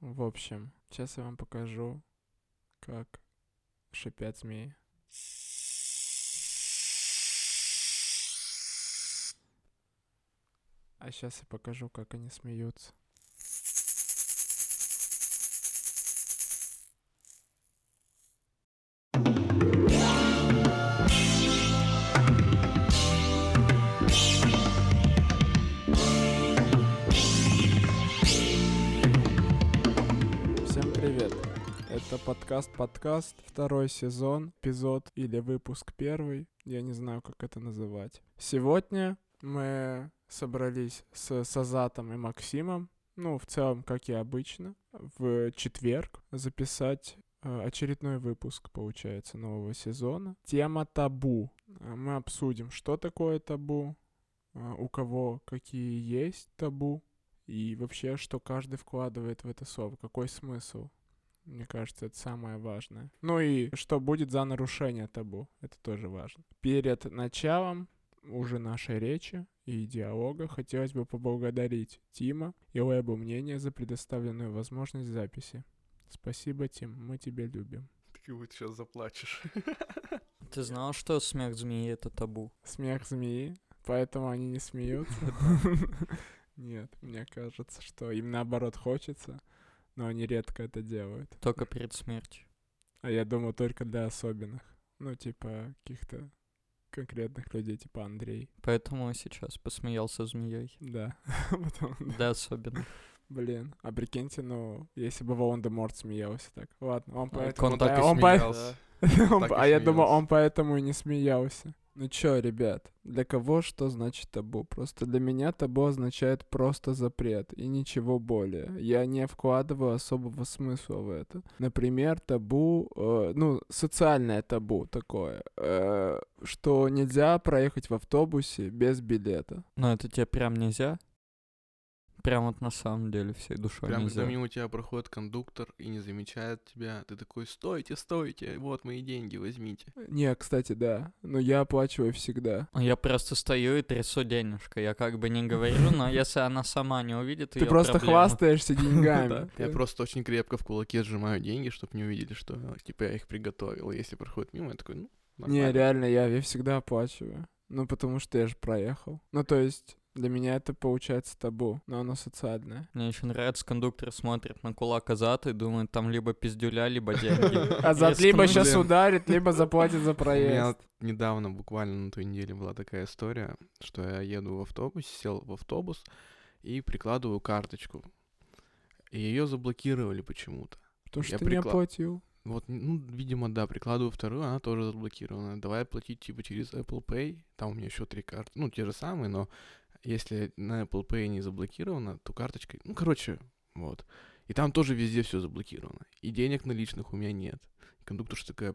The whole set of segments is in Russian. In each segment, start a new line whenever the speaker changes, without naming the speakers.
В общем, сейчас я вам покажу, как шипят змеи. А сейчас я покажу, как они смеются. Всем привет! Это подкаст-подкаст, второй сезон, эпизод или выпуск первый. Я не знаю, как это называть. Сегодня мы собрались с Сазатом и Максимом, ну, в целом, как и обычно, в четверг записать э, очередной выпуск, получается, нового сезона. Тема табу. Э, Мы обсудим, что такое табу, э, у кого какие есть табу, и вообще, что каждый вкладывает в это слово, какой смысл. Мне кажется, это самое важное. Ну и что будет за нарушение табу, это тоже важно. Перед началом уже нашей речи и диалога хотелось бы поблагодарить Тима и лейбл мнения за предоставленную возможность записи. Спасибо, Тим, мы тебя любим.
Ты вот сейчас заплачешь.
Ты знал, что смех змеи — это табу?
Смех змеи, поэтому они не смеются. Нет, мне кажется, что им наоборот хочется, но они редко это делают.
Только перед смертью.
А я думаю, только для особенных. Ну, типа, каких-то конкретных людей, типа Андрей.
Поэтому сейчас посмеялся змеей.
Да. Потом, да.
Да, особенно.
Блин, а прикиньте, ну, если бы Волан-де-Морт смеялся так. Ладно, он поэтому...
он так и
да, он поэ-
смеялся.
Он
Так
по-
и
А я думаю,
смеялся.
он поэтому и не смеялся. Ну чё, ребят, для кого что значит табу? Просто для меня табу означает просто запрет и ничего более. Я не вкладываю особого смысла в это. Например, табу, э, ну, социальное табу такое, э, что нельзя проехать в автобусе без билета.
Но это тебе прям нельзя? Прям вот на самом деле всей душой
Прям когда
нельзя.
мимо тебя проходит кондуктор и не замечает тебя, ты такой, стойте, стойте, вот мои деньги, возьмите.
Не, кстати, да, но я оплачиваю всегда.
А Я просто стою и трясу денежка. Я как бы не говорю, но если она сама не увидит,
Ты
её
просто
проблема.
хвастаешься деньгами.
Я просто очень крепко в кулаке сжимаю деньги, чтобы не увидели, что э, типа я их приготовил. И Если проходит мимо, я такой, ну,
Не,
нормально.
реально, я, я всегда оплачиваю. Ну, потому что я же проехал. Ну, то есть, для меня это получается табу, но оно социальное.
Мне еще нравится, кондуктор смотрит на кулак Азата и думает, там либо пиздюля, либо деньги.
Азат
Если,
А либо
ну,
сейчас
блин.
ударит, либо заплатит за
У меня
проезд.
вот недавно, буквально на той неделе была такая история, что я еду в автобусе, сел в автобус и прикладываю карточку. И ее заблокировали почему-то.
Потому что
я
ты не
прикла-
оплатил.
Вот, ну, видимо, да, прикладываю вторую, она тоже заблокирована. Давай платить типа через Apple Pay. Там у меня еще три карты. Ну, те же самые, но если на Apple Pay не заблокировано, то карточкой. Ну, короче, вот. И там тоже везде все заблокировано. И денег наличных у меня нет. Кондукторша такая,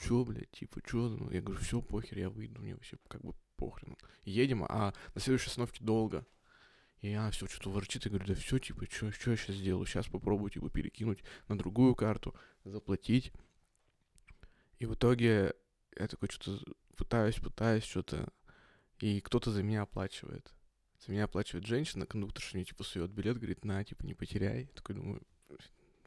чё, блядь, типа, чё? Ну, я говорю, все, похер, я выйду, мне вообще как бы похрен. Едем, а на следующей остановке долго. И она все что-то ворчит, и говорю, да все, типа, что я сейчас сделаю? Сейчас попробую, типа, перекинуть на другую карту, заплатить. И в итоге я такой что-то пытаюсь, пытаюсь что-то, и кто-то за меня оплачивает. За меня оплачивает женщина, кондукторша мне, типа, сует билет, говорит, на, типа, не потеряй. Я такой думаю,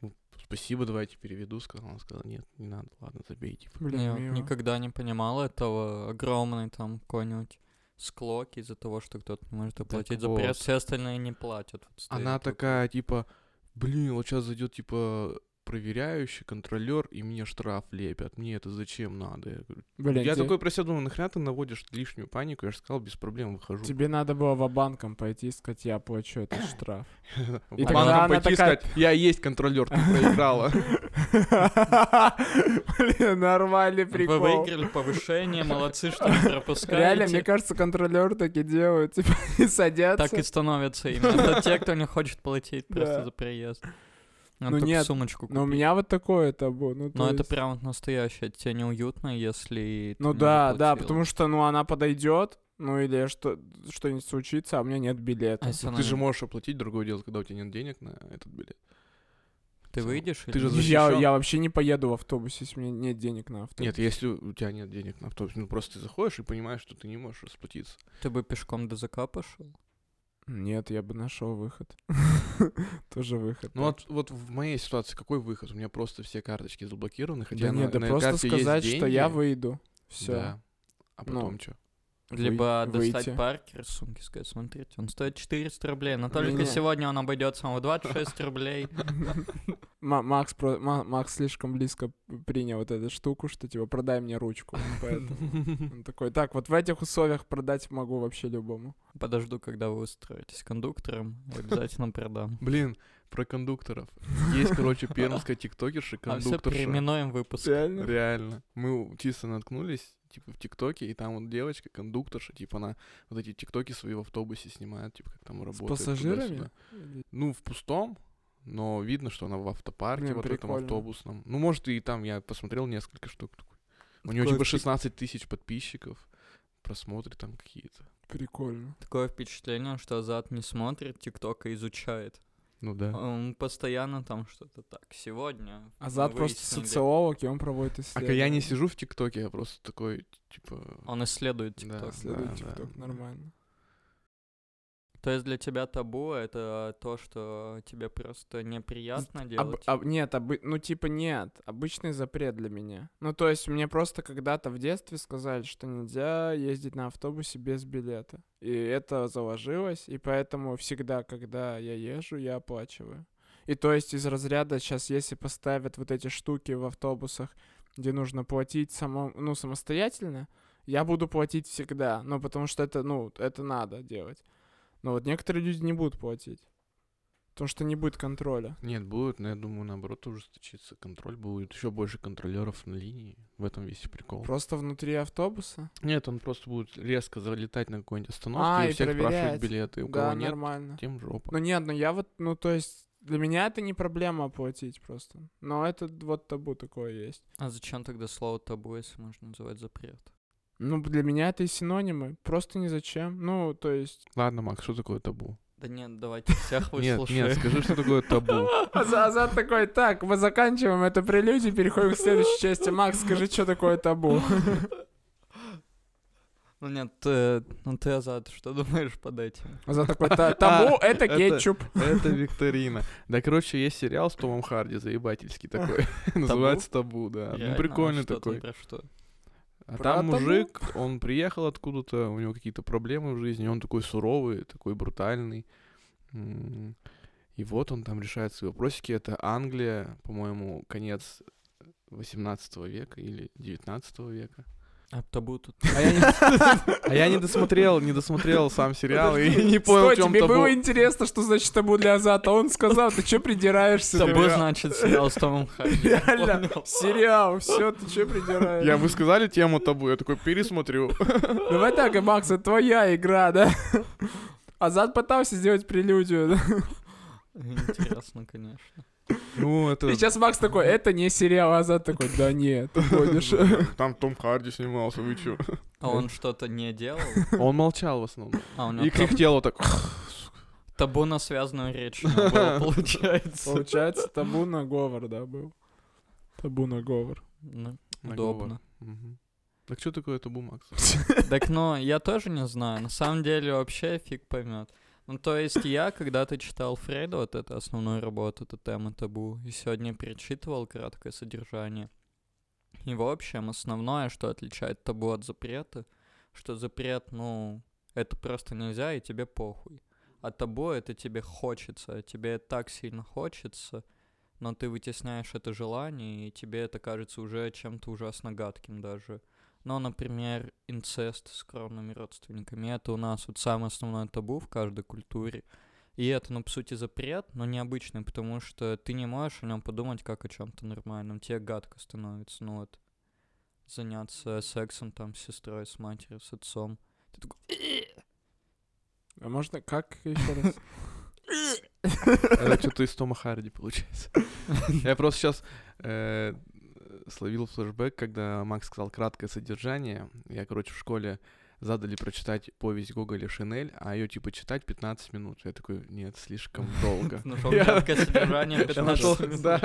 ну, спасибо, давайте переведу, сказал. Она сказала, нет, не надо, ладно, забей, типа.
Блин,
Я вот
мило.
никогда не понимал этого огромной там какой-нибудь склоки из-за того, что кто-то не может оплатить за
вот.
пресс, все остальные не платят. Вот стоит
Она
вот.
такая, типа, блин, вот сейчас зайдет, типа, проверяющий, контролер, и мне штраф лепят. Мне это зачем надо? Я, говорю,
Блин,
я
те-
такой про себя думаю, нахрена ты наводишь лишнюю панику? Я же сказал, без проблем выхожу.
тебе надо было в банком пойти и сказать, я оплачу этот штраф.
В
И
банк
тогда она
пойти и
такая-
сказать, я есть контролер, ты проиграла.
Блин, нормальный
Вы
прикол.
выиграли повышение, молодцы, что не пропускаете.
Реально, мне кажется, контролер так и делают. Типа, и садятся.
Так и становятся именно. Это те, кто не хочет платить
Да.
просто за проезд.
Ну
Надо только
нет,
сумочку
Но Ну, у
купить.
меня вот такое табу. Ну, то
Но это
есть-
прям вот настоящее. Тебе неуютно, если ты
Ну
не
да, да,
заплатил.
потому что, ну, она подойдет, ну или что, что-нибудь случится, а у меня нет билета.
А если
Ну,
она
Ты же
не-
можешь оплатить другое дело, когда у тебя нет денег на этот билет.
Ты выйдешь?
Ты
или
же
нет?
защищен.
я, я вообще не поеду в автобусе, если у меня нет денег на автобус.
Нет, если у тебя нет денег на автобус, ну просто ты заходишь и понимаешь, что ты не можешь расплатиться.
Ты бы пешком до ЗК пошел?
Нет, я бы нашел выход. Тоже выход.
Ну
так
вот, вот в моей ситуации какой выход? У меня просто все карточки заблокированы,
что.
хотя
да
на,
нет, да
на
просто
карте есть
сказать, что я
деньги.
выйду. Все.
Да. А
Ну,
потом что?
Либо
выйти.
достать Паркер из сумки, и сказать, смотрите, он стоит 400 рублей, но только
Не-не.
сегодня он обойдется вам в 26 рублей.
Ма- Макс, про- Ма- Макс слишком близко принял вот эту штуку, что типа продай мне ручку. Поэтому он такой, так, вот в этих условиях продать могу вообще любому.
Подожду, когда вы устроитесь кондуктором, и обязательно продам.
Блин, про кондукторов. Есть, короче, пермская тиктокерша,
А все
кондукторша.
переименуем выпуск.
Реально?
Реально. Мы у- чисто наткнулись, типа, в ТикТоке, и там вот девочка, кондукторша, типа, она вот эти ТикТоки свои в автобусе снимает, типа, как там работает.
пассажирами?
туда-сюда. Ну, в пустом, но видно, что она в автопарке,
Блин,
вот в
прикольно.
этом автобусном. Ну, может, и там я посмотрел несколько штук. такой. У него
Такой
типа
ты-
16 тысяч подписчиков, просмотры там какие-то.
Прикольно.
Такое впечатление, что Азат не смотрит ТикТока, изучает.
Ну
Э.
да.
Он постоянно там что-то так. Сегодня.
Ну,
Азат
мы
А просто
выяснили».
социолог, и он проводит
А
исследования.
когда я не сижу в ТикТоке, я просто такой, типа...
Он исследует
Да.
ТикТок.
Следует
Да, да,
TikTok,
да.
нормально.
То есть для тебя табу это то, что тебе просто неприятно
Об-
делать.
об- нет, обы- ну типа нет, обычный запрет для меня. Ну то есть мне просто когда-то в детстве сказали, что нельзя ездить на автобусе без билета. И это заложилось, и поэтому всегда, когда я езжу, я оплачиваю. И то есть из разряда сейчас, если поставят вот эти штуки в автобусах, где нужно платить само, ну, самостоятельно, я буду платить всегда, ну, потому что это, ну, это надо делать. Но вот некоторые люди не будут платить, потому что не будет контроля.
Нет, будет, но я думаю, наоборот, ужесточится контроль. Будет еще больше контролеров на линии. В этом весь и прикол.
Просто внутри автобуса?
Нет, он просто будет резко залетать на какой-нибудь остановке
А,
и
и
у всех
проверять.
спрашивать билеты. И у
да,
кого нет, типа.
нормально.
тем жопа.
Ну нет, ну я вот, ну то есть для меня это не проблема оплатить просто. Но это д- вот табу такое есть.
А зачем тогда слово табу, если можно называть запрет?
Ну для меня это и синонимы. Просто ни зачем. Ну то есть...
Ладно, Макс, что такое табу?
Да нет, давайте всех
Нет, нет,
выслушаем.
скажи, что такое табу.
Аза- Азат такой, так, мы заканчиваем эту прелюдию, переходим к следующей части. Макс, скажи, что такое табу?
Ну нет, ты- ну ты, Азат, что думаешь под этим?
Азат такой, «Та- табу — это
А, это-
кетчуп.
Это викторина. Да, короче, есть сериал с Томом Харди, заебательский такой. Называется «Табу», да.
Реально,
Ну, прикольный
что там
такой.
про что?
А
Про
там
табу?
мужик, он приехал откуда-то, у него какие-то проблемы в жизни, он такой суровый, такой брутальный. М, И вот он там решает свои вопросики. Это Англия, по-моему, конец 18 века или 19 века.
А табу тут
А я не, а я не досмотрел, не досмотрел сам сериал и не понял, в
Стой,
чем
тебе
табу.
было интересно, что значит табу для Азата. Он сказал, ты что придираешься?
табу значит сериал с Томом Харди. я
Реально,
понял.
сериал, все, ты что придираешься?
Я, вы сказали тему табу, я такой пересмотрю.
Давай Ну, так, и, Макс, это твоя игра, да? Азат пытался сделать прелюдию.
Интересно, конечно.
Ну, это...
И сейчас Макс такой, это не сериал, а Азат такой, да нет, ты гонишь».
Там Том Харди снимался, вы чё?
А он что-то не делал?
Он молчал в основном.
А у него
Э. И кряхтел вот так.
таб- табу на связанную речь не было, получается.
Получается, табу на говор, да, был. Табу на говор.
Ну,
Наговор.
Удобно.
Мгм. Так что такое табу, Макс?
Так, ну, я тоже не знаю. На самом деле, вообще фиг поймет. Ну, то есть я когда-то читал Фрейда, вот эту основную работу, эту тему табу, и сегодня перечитывал краткое содержание. И, в общем, основное, что отличает табу от запрета, что запрет, ну, это просто нельзя, и тебе похуй. А табу — это тебе хочется, а тебе так сильно хочется, но ты вытесняешь это желание, и тебе это кажется уже чем-то ужасно гадким даже. Но, Ну, например, инцест с кровными родственниками. Это у нас вот самое основное табу в каждой культуре. И это, ну, по сути, запрет, но необычный, потому что ты не можешь о нем подумать как о чем-то нормальном. Тебе гадко становится, ну вот, заняться сексом там с сестрой, с матерью, с отцом. Ты такой,
А можно как еще раз?
Это что-то из Тома Харди получается. Я просто сейчас словил флешбэк, когда Макс сказал краткое содержание. Я, короче, в школе задали прочитать повесть Гоголя «Шинель», а ее типа читать 15 минут. Я такой, нет, слишком долго.
нашел
Я-
краткое содержание
я
15
нашел,
минут.
да.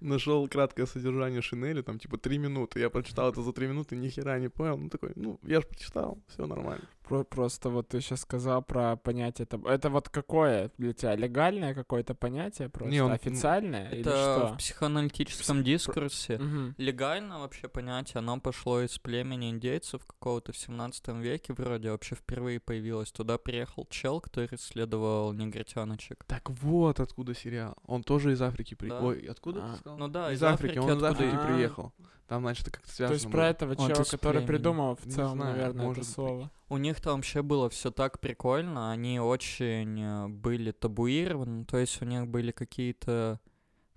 Нашел краткое содержание Шинели, там типа 3 минуты. Я прочитал это за 3 минуты, ни хера не понял. Ну такой, ну я же прочитал, все нормально.
Про- Просто вот ты сейчас сказал про понятие таб... Это вот какое для тебя? Легальное какое-то понятие просто?
Не, он-
Официальное или
Это в
что?
психоаналитическом дискурсе.
Мгм.
Легально вообще понятие, оно пошло из племени индейцев какого-то в 17 веке вроде вообще впервые появилось. Туда приехал чел, который исследовал негритяночек.
Так вот откуда сериал. Он тоже из Африки
Да.
приехал. Ой, откуда
А,
ты сказал?
ну да,
из
из
Африки,
Африки,
он из
откуда
Африки
и-
приехал. Там, значит, как-то
То
связано
есть
было.
про этого
Он-то
чела,
с
который
племени.
придумал в
Не
целом,
знаю,
наверное, это
может быть.
слово.
У них там вообще было все так прикольно, они очень э, были табуированы, то есть у них были какие-то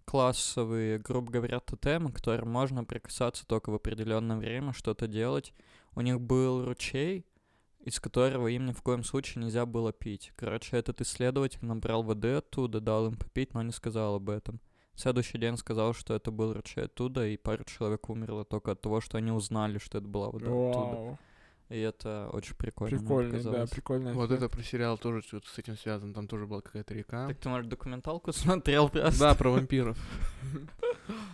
классовые, грубо говоря, тотемы, к которым можно прикасаться только в определенное время, что-то делать. У них был ручей, из которого им ни в коем случае нельзя было пить. Короче, этот исследователь набрал воды оттуда, дал им попить, но не сказал об этом. В следующий день сказал, что это был ручей оттуда, и пару человек умерло только от того, что они узнали, что это была вода оттуда.
Вау.
И это очень прикольно. мне
Прикольный, да,
показалось.
прикольный.
Вот
эффект.
это про сериал тоже что-то с этим связано. Там тоже была какая-то река.
Так ты, может, документалку смотрел просто?
Да, про вампиров.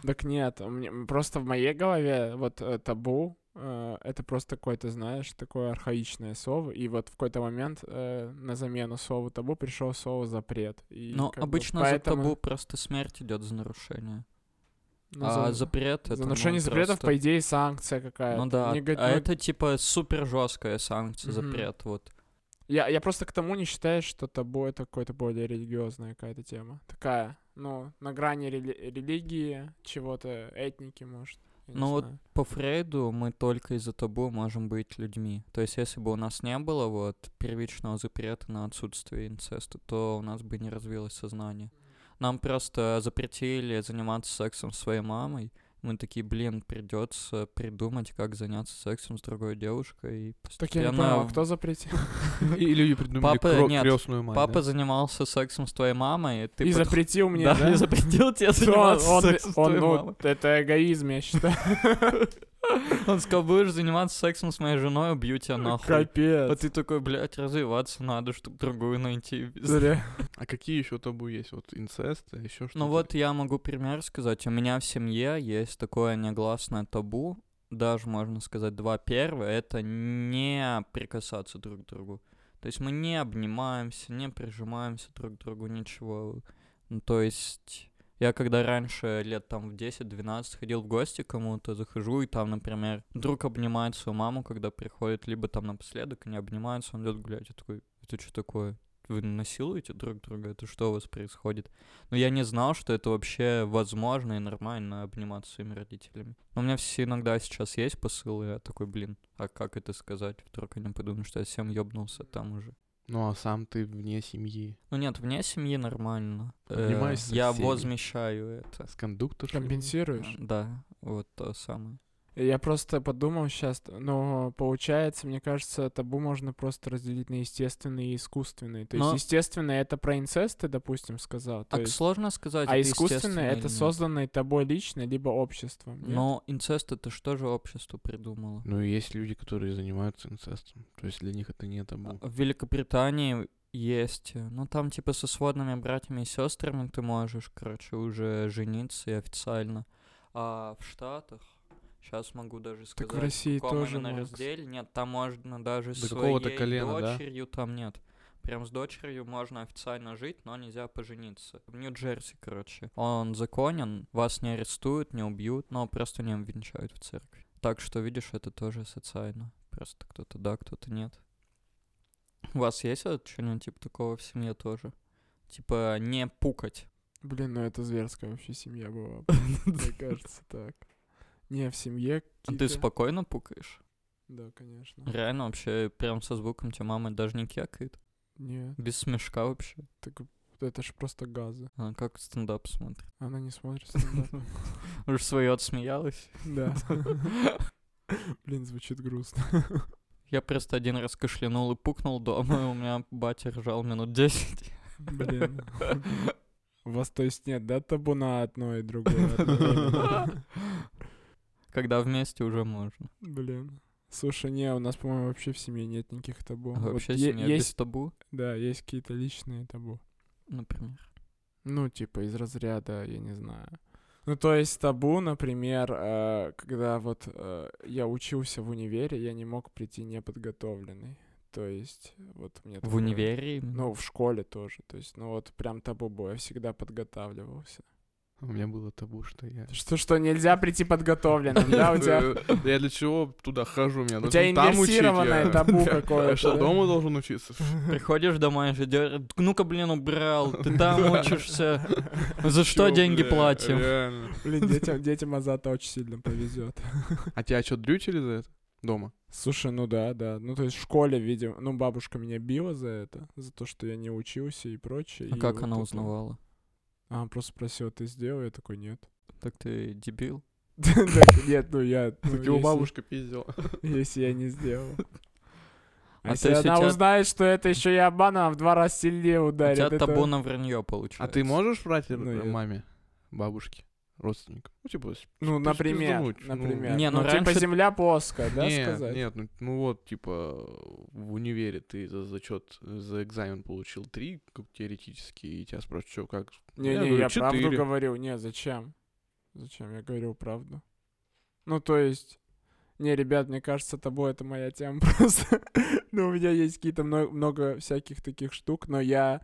Так нет, у меня- м, просто в моей голове вот э, табу э, это просто какое-то, знаешь, такое архаичное слово, и вот в какой-то момент э, на замену слову табу пришел слово запрет. И
Но
как бы
обычно
поэтому-
за табу просто смерть идет за нарушение.
ну,
а
за-
запрет это.
за нарушение
ну,
запретов,
просто-
по идее, санкция какая-то.
Ну да.
Нега-
А
ну,
это типа супер жесткая санкция,
Мгм.
запрет. Вот.
я, я просто к тому не считаю, что табу это какая-то более религиозная какая-то тема. Такая, ну, на грани рели- религии, чего-то, этники, может. я не
Ну вот
знаю.
По Фрейду мы только из-за табу можем быть людьми. То есть, если бы у нас не было вот первичного запрета на отсутствие инцеста, то у нас бы не развилось сознание. Нам просто запретили заниматься сексом с своей мамой. Мы такие, блин, придется придумать, как заняться сексом с другой девушкой. И
Так я не
постепенно
понял, а кто запретил?
И люди придумали
Папа- нет,
крестную мать.
Папа
да?
занимался сексом с твоей мамой, и ты
И
подх-
запретил мне,
да,
да?
и запретил тебе
Он,
заниматься
он-
сексом с
он,
твоей
ну,
мамой.
это эгоизм, я считаю.
Он сказал, будешь заниматься сексом с моей женой, убью тебя нахуй. А
Капец.
ты такой, блядь, развиваться надо, чтобы другую найти.
Зря.
А какие еще табу есть? Вот инцест, а еще что-то.
Ну вот я могу пример сказать. У меня в семье есть такое негласное табу, даже можно сказать два. Первое — это не прикасаться друг к другу. То есть мы не обнимаемся, не прижимаемся друг к другу, ничего. Ну, то есть я когда раньше лет там в 10-12 ходил в гости к кому-то, захожу, и там, например, друг обнимает свою маму, когда приходит, либо там напоследок, и не обнимается, он идет гулять, я такой, это что такое? Вы насилуете друг друга? Это что у вас происходит? Но я не знал, что это вообще возможно и нормально обниматься своими родителями. Но у меня все иногда сейчас есть посылы, я такой, блин, а как это сказать? Вдруг они подумают, что я всем ёбнулся там уже.
Ну а сам ты вне семьи.
Ну нет, вне семьи нормально. Э,
Обнимаюсь со
Я
всеми.
возмещаю это.
С кондукторшей.
Компенсируешь?
Да, вот то самое.
Я просто подумал сейчас, но получается, мне кажется, табу можно просто разделить на естественные и искусственные. То есть
Но-
естественное это про инцест, ты, допустим, сказал. то
Так
есть-
сложно сказать.
А
это
искусственное
естественно
это
или нет.
созданное тобой лично, либо обществом. нет?
Но инцест это что же общество придумало?
Ну и есть люди, которые занимаются инцестом. То есть для них это не табу.
В Великобритании есть, э, ну там типа со сводными братьями и сестрами ты можешь, короче, уже жениться и официально. А в Штатах, сейчас могу даже сказать,
Так в России
каком
тоже,
именно
Макс.
разделе, нет, там можно даже
До
с своей
какого-то колена, да?
дочерью, там нет. Прям с дочерью можно официально жить, но нельзя пожениться. В Нью-Джерси, короче. Он законен, вас не арестуют, не убьют, но просто не обвенчают в церкви. Так что, видишь, это тоже социально. Просто кто-то да, кто-то нет. У вас есть вот что-нибудь типа такого в семье тоже? Типа не пукать.
Блин, ну это зверская вообще семья была. Мне кажется, так. Не, в семье
А ты
какие-то-
спокойно пукаешь?
Да, конечно.
Реально вообще прям со звуком тебя мама даже не кекает.
Нет,
Без смешка вообще.
так это же просто газы.
Она как стендап смотрит.
Она не смотрит стендап.
Уж свое отсмеялась.
Да. Блин, звучит грустно.
Я просто один раз кашлянул и пукнул дома, и у меня батя ржал минут 10.
Блин. У вас, то есть, нет, да, табу на одно и другое? одновременно?
Когда вместе уже можно.
Блин. Слушай, не, у нас, по-моему, вообще в семье нет никаких табу.
А
Вот
вообще
е-
семья без
есть,
табу,
Да, есть какие-то личные табу.
например.
Ну, типа, из разряда, я не знаю. Ну, то есть табу, например, э, когда вот э, я учился в универе, я не мог прийти неподготовленный. то есть вот мне...
В
такое-
универе? именно?
Ну, в школе тоже, то есть, ну вот прям табу было, я всегда подготавливался.
У меня было табу, что я...
Что, что, нельзя прийти подготовленным, да, у тебя?
Да Я для чего туда хожу? Меня
У тебя
должны там учить,
инверсированное
я-
табу
Я
какое-то,
что,
да?
дома должен учиться?
Приходишь домой, ждёшь, ну-ка, блин, убрал, ты там учишься, за что
Чё,
деньги
бля,
платим?
реально.
Блин, детям, детям Азата очень сильно повезет.
А тебя что, дрючили за это? Дома?
Слушай, ну да, да. Ну, то есть в школе, видимо, ну, бабушка меня била за это, за то, что я не учился и прочее.
А
и
как
вот
она
это.
узнавала?
А, Она просто спросила, ты сделал? Я такой, нет.
Так ты дебил?
Так, Нет, ну я... ну,
Так его
если-
бабушка пиздила.
Если я не сделал. А
А
если
то есть у
она
тебя-
узнает, что это еще и обман, она в два раза сильнее
У
ударит.
тебя
это-
табу на вранье получается.
А ты можешь врать р-
Ну, я-
маме, бабушке, родственникам? Ну, типа, с-
Ну,
Пусть
например,
пиздануть, ну.
например.
Не, ну
типа
раньше-
земля плоская, да,
нет,
сказать?
Нет, ну, ну вот, типа, э, в универе ты за зачет, э, за экзамен получил три, как теоретически, и тебя спрашивают, что, как?
Не,
Я
не,
говорю,
я правду
«Четыре».
говорил. Не, зачем? Зачем? Я говорил правду. Ну, то есть... Не, ребят, мне кажется, табу это моя тема просто. ну, у меня есть какие-то мно- много, всяких таких штук, но я...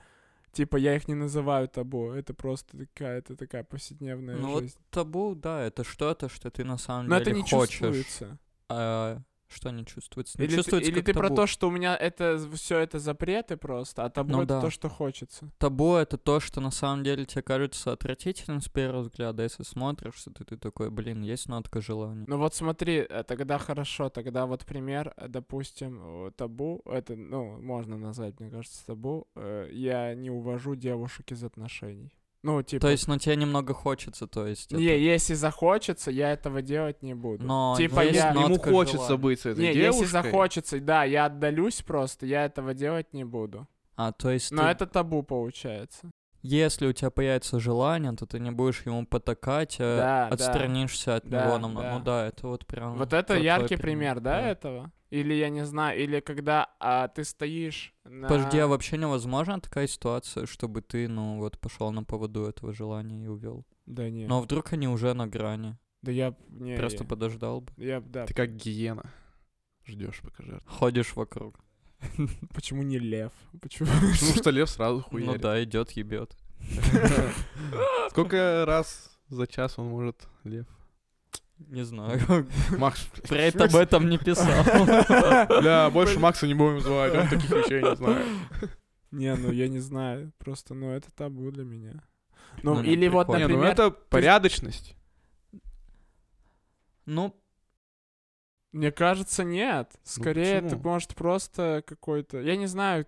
Типа, я их не называю табу. Это просто такая, это такая повседневная
Ну вот
жизнь.
Табу, да, это что-то, что ты на самом
но это
деле
не
хочешь.
чувствуется.
А, что не чувствуется? Не
Или, ты,
чувствуется
или
как
ты про
табу.
то, что у меня это все это запреты просто, а табу
Ну
это
да.
то, что хочется.
Табу это то, что на самом деле тебе кажется отвратительным с первого взгляда. Если смотришь, то ты, ты такой, блин, есть нотка желания.
Ну вот смотри, э, тогда хорошо, тогда вот пример, э, допустим, э, табу, это, ну, можно назвать, мне кажется, табу, э, я не увожу девушек из отношений. Ну, типа...
То есть, но тебе немного хочется, то есть.
Не,
это-
если захочется, я этого делать не буду.
Но
типа
есть
я...
но-
Ему
нотка
хочется
желания.
быть с этой
Не,
девушкой.
если захочется, да, я отдалюсь просто, я этого делать не буду.
А, то есть,
Но
ты-
это табу получается.
если у тебя появится желание, то ты не будешь ему потакать,
Да,
а
да.
отстранишься от
Да,
него намного.
да.
Ну да, это вот прям.
Вот это
твой
яркий пример, да,
да.
этого? Или я не знаю, или когда а, ты стоишь на...
Подожди, а вообще невозможна такая ситуация, чтобы ты, ну, вот пошел на поводу этого желания и увел.
Да не.
Но вдруг они уже на грани.
Да я б- не.
Просто
я-
подождал бы.
Я б- да.
Ты как гиена. Ждешь, пока жертва.
Ходишь вокруг.
Почему не лев? Почему?
Потому что лев сразу
Ну
хуярит.
да, идет, ебет.
Сколько раз за час он может лев?
Не знаю.
Макс,
Фрейд об этом не писал.
бля, больше Макса не будем звать, он таких вещей не знает.
Не, ну я не знаю, просто, ну это табу для меня.
Ну,
Ну
ну,
или вот,
Не,
прикольно.
ну
например,
это порядочность.
Ну,
мне кажется, нет. Скорее, это
Ну, почему?
может просто какой-то. Я не знаю,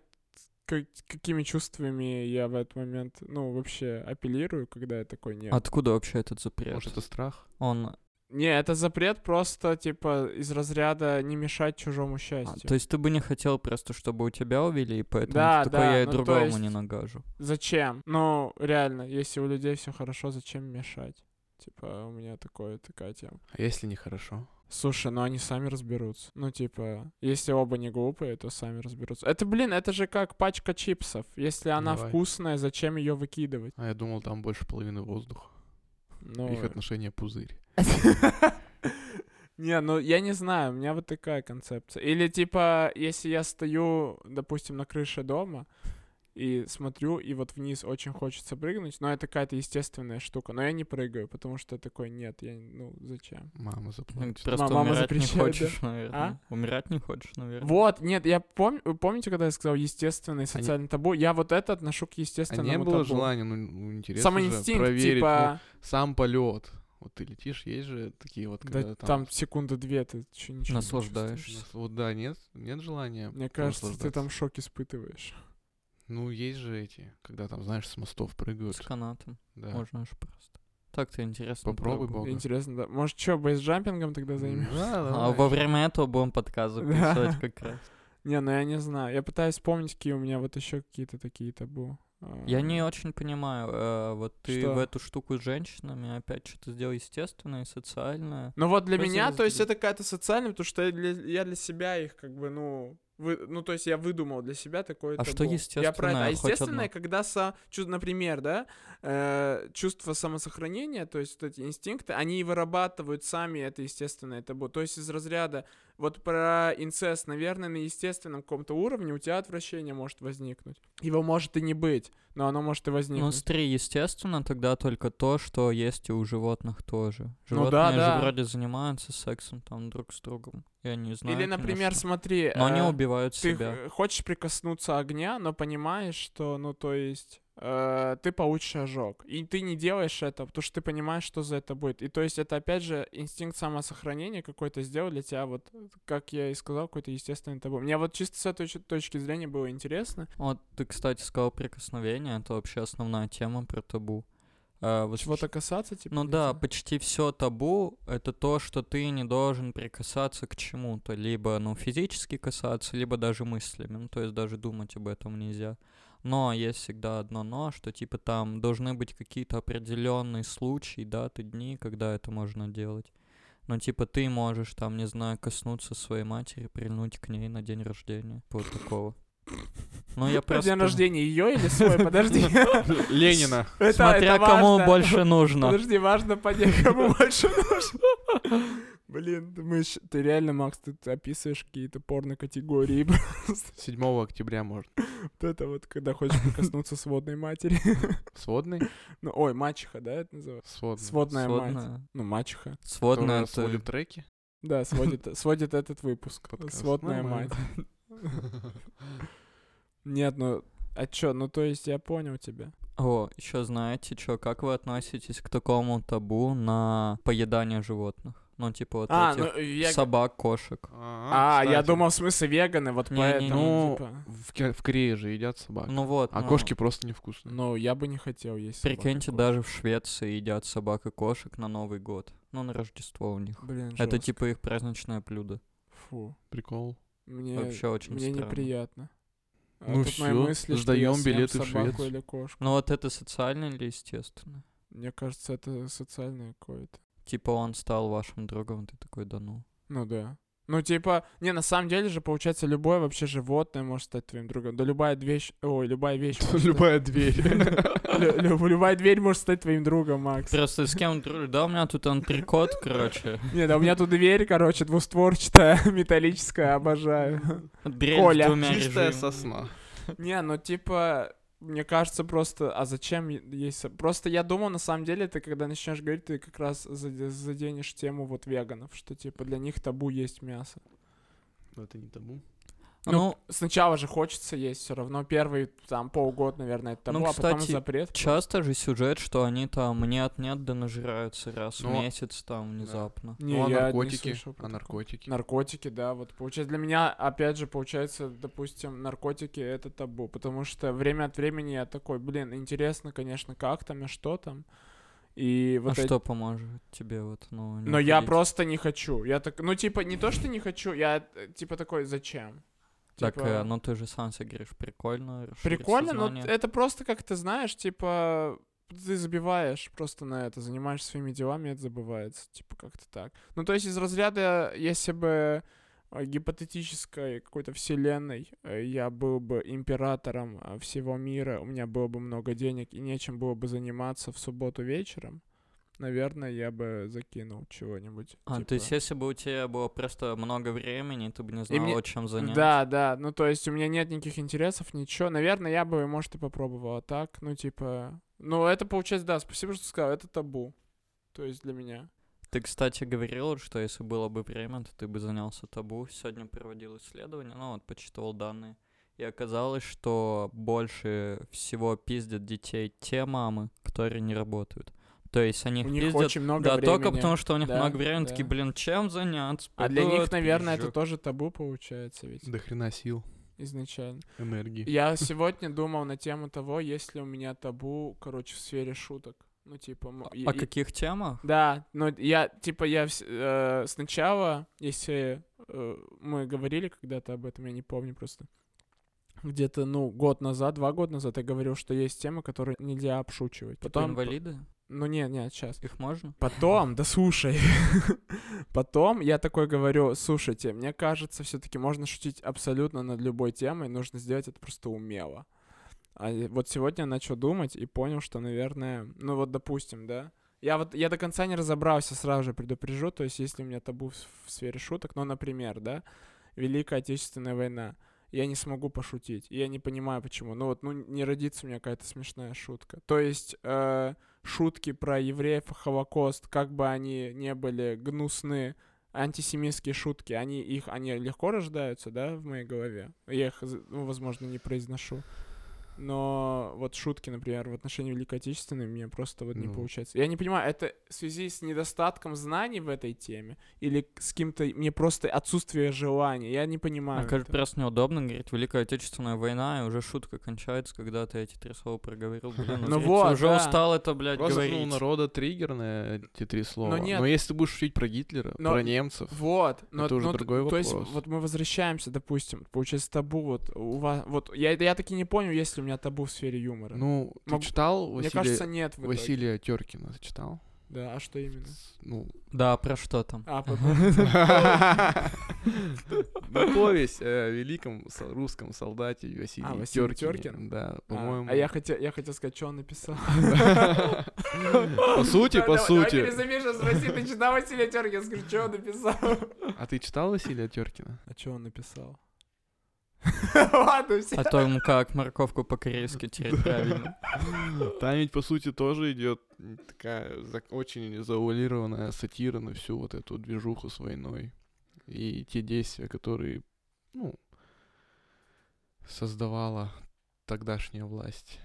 как- какими чувствами я в этот момент, ну вообще апеллирую, когда я такой нет.
откуда вообще этот запрет?
Может, это страх?
Он... а,
Не, это запрет просто, типа, из разряда не мешать чужому
а,
счастью.
то есть ты бы не хотел просто, чтобы у тебя увели, и поэтому
Да,
ты такой,
да,
я и
ну, то
другому
есть-
не нагажу.
Зачем? Ну, реально, если у людей все хорошо, зачем мешать? Типа, у меня такое, такая тема.
А если нехорошо?
Слушай, ну они сами разберутся. Ну, типа, если оба не глупые, то сами разберутся. Это, блин, это же как пачка чипсов. Если она
Давай.
вкусная, зачем ее выкидывать?
А я думал, там больше половины воздуха.
Ну,
Их отношения пузырь.
Не, ну я не знаю, у меня вот такая концепция. Или типа, если я стою, допустим, на крыше дома и смотрю, и вот вниз очень хочется прыгнуть, но это какая-то естественная штука, но я не прыгаю, потому что такой, нет, я, не- ну зачем?
Мама
Ну,
заплачет.
Просто
типа, мама
умирать не
запрещает, да? А?
хочешь, наверное. Умирать не хочешь, наверное.
Вот, нет, я помню, помните, когда я сказал естественный социальный табу? Я вот это отношу к
А не
естественному
было
табу.
желания, ну, ну, интересно
Сам
же
инстинкт,
проверить,
типа,
ну, сам полет. Вот ты летишь, есть же такие вот,
да
когда
там секунды две ты чё- ничего не
Наслаждаешься.
чувствуешь.
Нас-
Вот да, нет, нет желания.
Мне кажется, ты
наслаждаться.
там шок испытываешь.
Ну, есть же эти, когда там, знаешь, с мостов прыгают.
С канатом.
Да.
Можно же просто. Так-то интересно.
Попробуй,
было бы.
Бог. Ого.
Интересно, да. Может, что, бейсджампингом тогда займемся?
Да,
А
давай.
во время этого будем подкаст
Да.
записывать как раз.
Не, ну я не знаю. Я пытаюсь вспомнить, какие у меня вот еще какие-то такие табу. А,
Я не очень понимаю, э, вот ты
Что?
в эту штуку с женщинами опять что-то сделал естественное, социальное.
Ну вот для
Просто
меня, то есть
разделить.
это какая-то социальная, потому что я для, я для себя их как бы, ну, Вы, ну, то есть я выдумал для себя такое.
А
табу.
что
Я про это. А
естественное хоть одно?
естественное, когда, со, чу- например, да, э, чувство самосохранения, то есть вот эти инстинкты, они и вырабатывают сами это естественное табу. То есть из разряда, вот про инцест, наверное, на естественном каком-то уровне у тебя отвращение может возникнуть. Его может и не быть, но оно может и
Ну,
возникнуть.
смотри, естественно, тогда только то, что есть и у животных тоже.
Ну
Животные
да, да.
же вроде занимаются сексом там друг с другом. Я не знаю.
Или, например,
конечно.
смотри.
Но они
э,
убивают
ты
себя.
х- хочешь прикоснуться огня, но понимаешь, что, ну, то есть, э, ты получишь ожог. И ты не делаешь это, потому что ты понимаешь, что за это будет. И то есть, это, опять же, инстинкт самосохранения какой-то сделал для тебя, вот, как я и сказал, какой-то естественный табу. Мне вот чисто с этой точ- точки зрения было интересно.
Вот ты, кстати, сказал прикосновение, это вообще основная тема про табу. А, вот
Чего-то касаться, типа?
Ну
нельзя?
да, почти все табу это то, что ты не должен прикасаться к чему-то, либо ну физически касаться, либо даже мыслями, ну то есть даже думать об этом нельзя. Но есть всегда одно но, что типа там должны быть какие-то определенные случаи, даты, дни, когда это можно делать. Ну типа ты можешь там, не знаю, коснуться своей матери, прильнуть к ней на день рождения, вот такого. Ну я
На
просто...
день рождения ее или свой? Подожди.
Ленина.
Это-
Смотря
это
кому
важно.
больше нужно.
Подожди, важно понять, кому больше нужно. Блин, ты, мы щ- ты реально, Макс, ты описываешь какие-то порно-категории.
7 октября можно.
Вот это вот, когда хочешь прикоснуться с водной матери.
Сводный?
Ну, ой, мачеха, да, это называется?
Сводный.
Сводная мать.
Сводная.
Ну, мачеха.
Сводная
Которая
это...
сводит треки.
Да, сводит, сводит этот выпуск.
Подкаст.
Сводная мать.
Нормально.
Нет, ну, а чё, ну, то есть я понял тебя.
О, еще знаете, что, как вы относитесь к такому табу на поедание животных? Ну, типа вот этих собак, кошек.
А, я
кстати,
думал, в смысле веганы, вот
Не-не-не.
поэтому,
Ну,
типа...
В, Ки- в Корее же едят собак.
Ну вот.
а
ну,
кошки просто невкусные.
Ну, я бы не хотел есть собаку.
Прикиньте, даже в Швеции едят собак и кошек на Новый год. Ну, на Рождество у них.
Блин,
Это
жёстко.
типа их праздничное блюдо.
Фу,
Прикол.
мне...
Вообще очень
Мне
странно.
неприятно. А
Ну
тут мои
всё,
мысли, что я
сдаём
съем
билеты в
собаку
Швецию.
или кошку.
Ну вот это социально или естественно?
Мне кажется, это социальное какое-то.
Типа он стал вашим другом, ты такой, да ну.
Ну да. Ну, типа, не, на самом деле же, получается, любое вообще животное может стать твоим другом. Да любая вещь, ой, любая вещь. может стать-
Любая дверь.
Лю- лю- Любая дверь может стать твоим другом, Макс.
Просто с кем дружишь? Да, у меня тут антрикот, короче.
Не, да у меня тут дверь, короче, двустворчатая, металлическая, обожаю.
Дрель
Коля,
с двумя
Чистая
режимами.
сосна.
Не, ну, типа, мне кажется, просто, а зачем е- есть... со- Просто я думал, на самом деле, ты когда начнешь говорить, ты как раз заде- заденешь тему вот веганов, что, типа, для них табу есть мясо.
Но это не табу.
Ну,
Сначала же хочется есть все равно. Первые, там, полгода, наверное, это табу,
Ну,
а потом
кстати,
запрет.
Часто же сюжет, что они там нет-нет, да нажираются раз в
Ну,
месяц там внезапно.
Не,
ну,
я
а
не
наркотики?
слышал про
А
такое.
наркотики?
Наркотики, да, вот получается для меня, опять же, получается, допустим, наркотики это табу, потому что время от времени я такой, блин, интересно, конечно, как там и что там, и Ну, вот
а
эти-
что поможет тебе вот, ну, не
Но я
уходить?
просто не хочу, я так, ну типа не то, что не хочу, я э, типа такой, зачем?
Так,
Типа,
э, ну ты же сам себе говоришь, прикольно, расширить
прикольно, но
сознание.
это просто как ты знаешь, типа ты забиваешь просто на это, занимаешься своими делами, это забывается, типа как-то так. Ну то есть из разряда, если бы э, гипотетической какой-то вселенной э, я был бы императором э, всего мира, у меня было бы много денег и нечем было бы заниматься в субботу вечером, наверное, я бы закинул чего-нибудь.
А,
типа.
то есть если бы у тебя было просто много времени, ты бы не
И
знал,
мне-
о чем занять.
Да, да, ну то есть у меня нет никаких интересов, ничего. Наверное, я бы, может, и попробовал а так, ну типа... Ну это получается, да, спасибо, что ты сказал, это табу. То есть для меня.
Ты, кстати, говорил, что если было бы время, то ты бы занялся табу. Сегодня проводил исследование, ну вот, почитывал данные. И оказалось, что больше всего пиздят детей те мамы, которые не работают. То есть они
у
их
них
пиздят
очень много
Да,
времени.
только потому, что у них
Да,
много времени,
да.
такие, блин, чем заняться?
А для
Пойду
них, наверное, это
отпизжу».
тоже табу получается ведь
До хрена сил,
изначально.
энергии.
Я сегодня думал на тему того, есть ли у меня табу, короче, в сфере шуток. Ну типа... м- и-
О
и-
каких темах?
Да, но я, типа, я вс- э, сначала, если э, мы говорили когда-то об этом, я не помню просто, где-то, ну, год назад, два года назад я говорил, что есть темы, которые нельзя обшучивать.
Типа инвалиды?
Ну, не, не, сейчас.
Их можно?
Потом, да слушай, потом я такой говорю, слушайте, мне кажется, все-таки можно шутить абсолютно над любой темой, нужно сделать это просто умело. А и вот сегодня я начал думать и понял, что, наверное, ну вот допустим, да, я вот я до конца не разобрался, сразу же предупрежу, то есть если у меня табу в, в сфере шуток, ну, например, да, Великая Отечественная война, я не смогу пошутить, и я не понимаю, почему. Ну вот, ну не родится у меня какая-то смешная шутка. То есть э, шутки про евреев и Холокост, как бы они не были гнусны, антисемитские шутки, они их, они легко рождаются, да, в моей голове. Я их, з- ну, возможно, не произношу. Но вот шутки, например, в отношении Великой Отечественной мне просто вот не
Ну.
получается. Я не понимаю, это в связи с недостатком знаний в этой теме или с каким-то мне просто отсутствие желания. Я не
А
понимаю.
кажется,
этого.
просто неудобно, говорит, Великая Отечественная война, и уже шутка кончается, когда ты эти три слова проговорил. Блин,
Ну
зритель
вот,
уже
да.
устал это, блядь,
Просто ну, у
говорить.
народа триггер на эти три слова. Но,
Ну, нет.
если ты будешь шутить про Гитлера,
Но-
про немцев,
Вот, но
Это уже
ну,
другой
то есть
вопрос.
вот мы возвращаемся, допустим, получается табу вот у вас, вот я я таки не понял, есть ли у меня табу в сфере юмора.
ну, ты
Мог-
читал
Мне
Василия,
кажется, нет. в итоге.
Василия Теркина, ты читал?
Да, а что именно?
С- Ну,
Да, про что там?
А,
Ну, повесть о великом со- русском солдате
А,
Василии
Василий
Теркине.
Теркин?
Да,
по-моему.
по-моему.
А я хотел, я хотел сказать, что он написал.
По сути, по сути.
Миша спроси, ты читал Василия Теркина? Я скажу, что он написал?
А ты читал Василия Теркина?
А что он написал? Ладно, все.
О том, как морковку по-корейски тереть правильно.
Там ведь, по сути, тоже идет такая зак- очень заулированная сатира на всю вот эту движуху с войной. И те действия, которые, ну, создавала тогдашняя власть.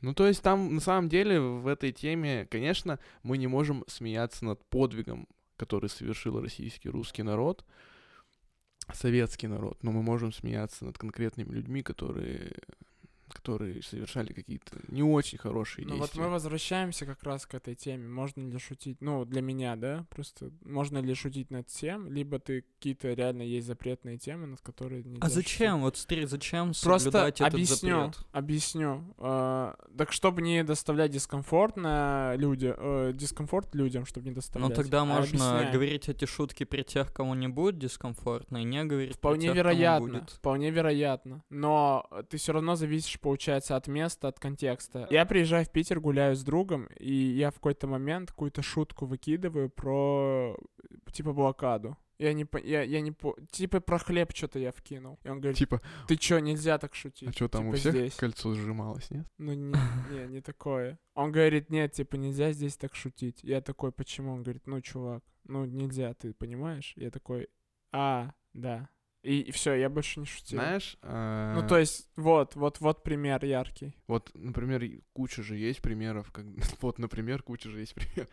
Ну, то есть там, на самом деле, в этой теме, конечно, мы не можем смеяться над подвигом, который совершил российский русский народ, советский народ, но мы можем смеяться над конкретными людьми, которые которые совершали какие-то не очень хорошие
Ну вот
действия.
мы возвращаемся как раз к этой теме. Можно ли шутить? Ну, для меня, да, просто можно ли шутить над тем, либо ты какие-то реально есть запретные темы, над которыми нельзя
А
шутить.
зачем? Вот смотри, зачем
Просто
соблюдать этот
объясню,
запрет?
объясню. Э, так чтобы не доставлять дискомфорт на люди, э, дискомфорт людям, чтобы не доставлять.
Ну тогда
а
можно
объясняю.
говорить эти шутки при тех, кому не будет дискомфортно, и не говорить при
Вполне
тех, кому
вероятно,
будет.
вполне вероятно. Но э, ты все равно зависишь, получается, от места, от контекста. Я приезжаю в Питер, гуляю с другом, и я в какой-то момент какую-то шутку выкидываю про э, типа блокаду. Я не, по- я, я не по... Типа про хлеб что-то я вкинул. И он говорит,
Типа,
ты чё, нельзя так шутить?
а что там у
Типа
всех
здесь.
кольцо сжималось, нет?
Ну, не, не, не такое. Он говорит, нет, типа, нельзя здесь так шутить. Я такой, почему? Он говорит, ну, чувак, ну, нельзя, ты понимаешь? Я такой, а, да. И, все, я больше не шутил.
Знаешь,
Ну,
э,
то есть, вот, вот, вот пример яркий.
Вот, например, и куча же есть примеров, как... Вот, например, куча же есть пример.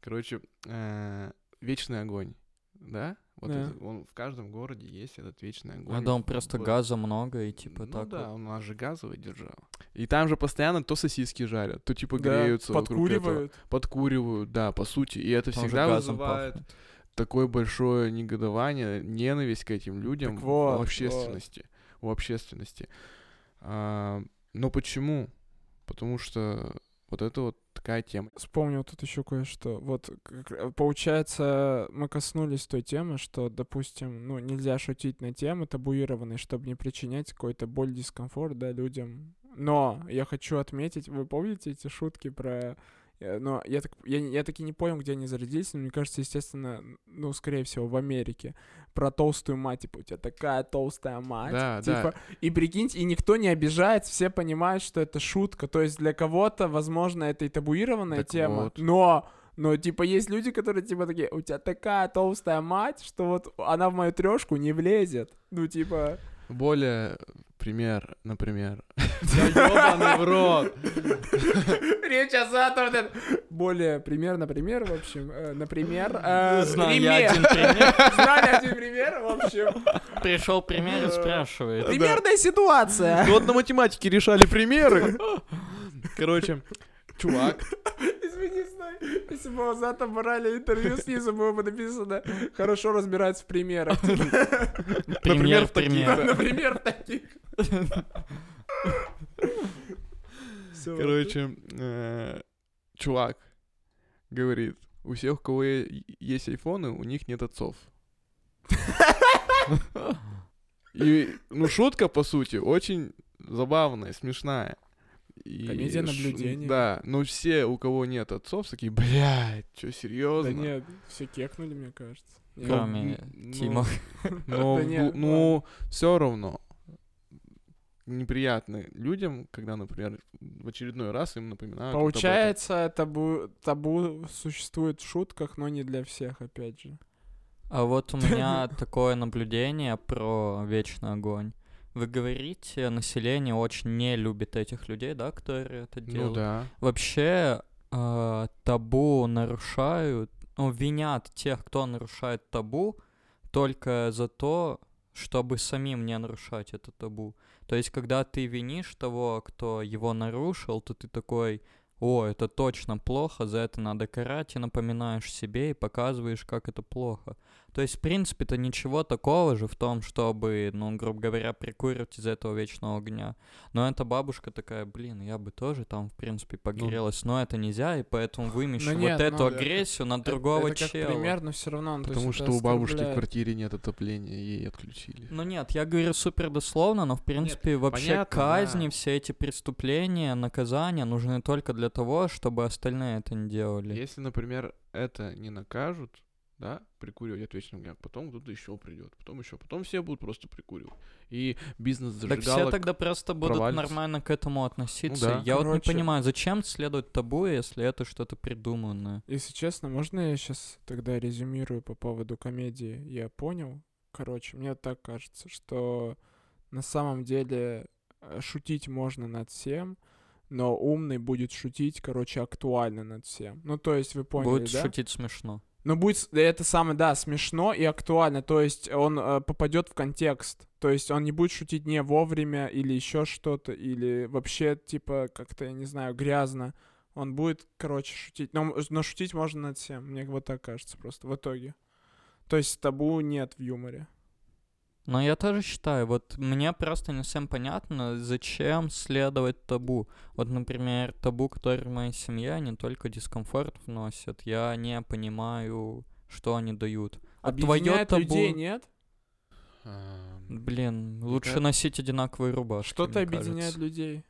Короче, э, «Вечный огонь», да? Вот
Да.
это- он в каждом городе есть этот «Вечный огонь».
А там просто
Вот.
газа много, и типа
ну
так
да,
вот.
у нас же газовая держава. И там же постоянно то сосиски жарят, то типа
Да,
греются вокруг этого.
подкуривают.
Подкуривают, да, по сути. И это
Там же
всегда
газом
вызывает
пахнет.
такое большое негодование, ненависть к этим людям
Так
в-
вот,
в
вот.
общественности. У общественности. А, но почему? Потому что вот это вот такая тема.
Вспомнил тут еще кое-что. Вот, как ра- получается, мы коснулись той темы, что, допустим, ну, нельзя шутить на темы табуированные, чтобы не причинять какой-то боль, дискомфорт, да, людям. Но я хочу отметить, вы помните эти шутки про... э, Но я так, я, не- я так и не понял, где они зародились, но мне кажется, естественно, ну, скорее всего, в Америке. Про толстую мать, типа, у тебя такая толстая мать.
А, да,
типа,
да.
и прикиньте, и никто не обижается, все понимают, что это шутка. То есть для кого-то, возможно, это и табуированная
Так
тема,
вот.
но... Но, типа, есть люди, которые, типа, такие, у тебя такая толстая мать, что вот она в мою трешку не влезет. Ну, типа...
Более пример, например. Да ёбаный в рот!
Речь о затом. Более пример, например, в общем, э, например... э,
Знаю я
пример.
один пример.
Знали один пример, в общем.
Пришел пример и спрашивает.
Примерная ситуация.
Ну вот на математике решали примеры. Короче, чувак.
Извини, знай, если бы у Азата брали интервью, снизу было бы написано «Хорошо разбирается в примерах».
Например,
Пример,
в таких,
пример.
Например, в таких. Всё.
Короче, э, чувак говорит, у всех, у кого е- есть айфоны, у них нет отцов. И, ну, шутка, по сути, очень забавная, смешная. И
Комедия
ш-
наблюдения.
Да, но все, у кого нет отцов, такие, блядь, что, серьезно?
Да нет, все кекнули, мне кажется. Не,
Ну,
Кроме
м,
Тима.
Но,
Да
в-
нет,
ну, все равно неприятно людям, когда, например, в очередной раз им напоминают. вот об этом.
Получается, табу, табу существует в шутках, но не для всех, опять же.
А вот у меня такое наблюдение про вечный огонь. Вы говорите, население очень не любит этих людей, да, которые это делают?
Ну да.
Вообще э, табу нарушают, ну, винят тех, кто нарушает табу, только за то, чтобы самим не нарушать это табу. То есть, когда ты винишь того, кто его нарушил, то ты такой, о, это точно плохо, за это надо карать, и напоминаешь себе и показываешь, как это плохо. То есть, в принципе-то ничего такого же в том, чтобы, ну, грубо говоря, прикуривать из этого вечного огня. Но эта бабушка такая, блин, я бы тоже там, в принципе, погрелась, но это нельзя, и поэтому вымещу
нет,
вот эту
ну, это-
агрессию на другого
это, как
чела.
пример, но все равно. ну, то есть
Потому
это
что у бабушки в
оскорбляет.
квартире нет отопления, ей отключили.
Ну нет, я говорю супер дословно, но в принципе вообще
понятно,
казни,
да.
все эти преступления, наказания нужны только для того, чтобы остальные это не делали.
Если, например, это не накажут, да, прикуривать от вечного огня, потом кто-то еще придет, потом еще, потом все будут просто прикуривать. И бизнес
Так все
зажигалок...
тогда просто будут
провалится.
нормально к этому относиться.
да.
Я вот
Короче.
не понимаю, зачем следует табу, если это что-то придуманное.
Если честно, можно я сейчас тогда резюмирую по поводу комедии? Я понял. Короче, мне так кажется, что на самом деле э, шутить можно над всем, но умный будет шутить, короче, актуально над всем. Ну, то есть, вы поняли,
Будет
да?
шутить смешно.
Ну, будет, с- да, это самое, да, смешно и актуально. То есть он э, попадет в контекст. То есть он не будет шутить не вовремя или еще что-то, или вообще, типа, как-то, я не знаю, грязно. Он будет, короче, шутить. Но, м- но шутить можно над всем. Мне вот так кажется просто в итоге. То есть табу нет в юморе.
Но я тоже считаю, вот мне просто не всем понятно, зачем следовать табу. Вот, например, табу, который моя семья, не только дискомфорт вносят. Я не понимаю, что они дают. А твое
Объединяет
табу...
людей нет?
Эм,
Блин, лучше
ка-
носить одинаковые рубашки,
Что-то
мне
объединяет
кажется.
людей.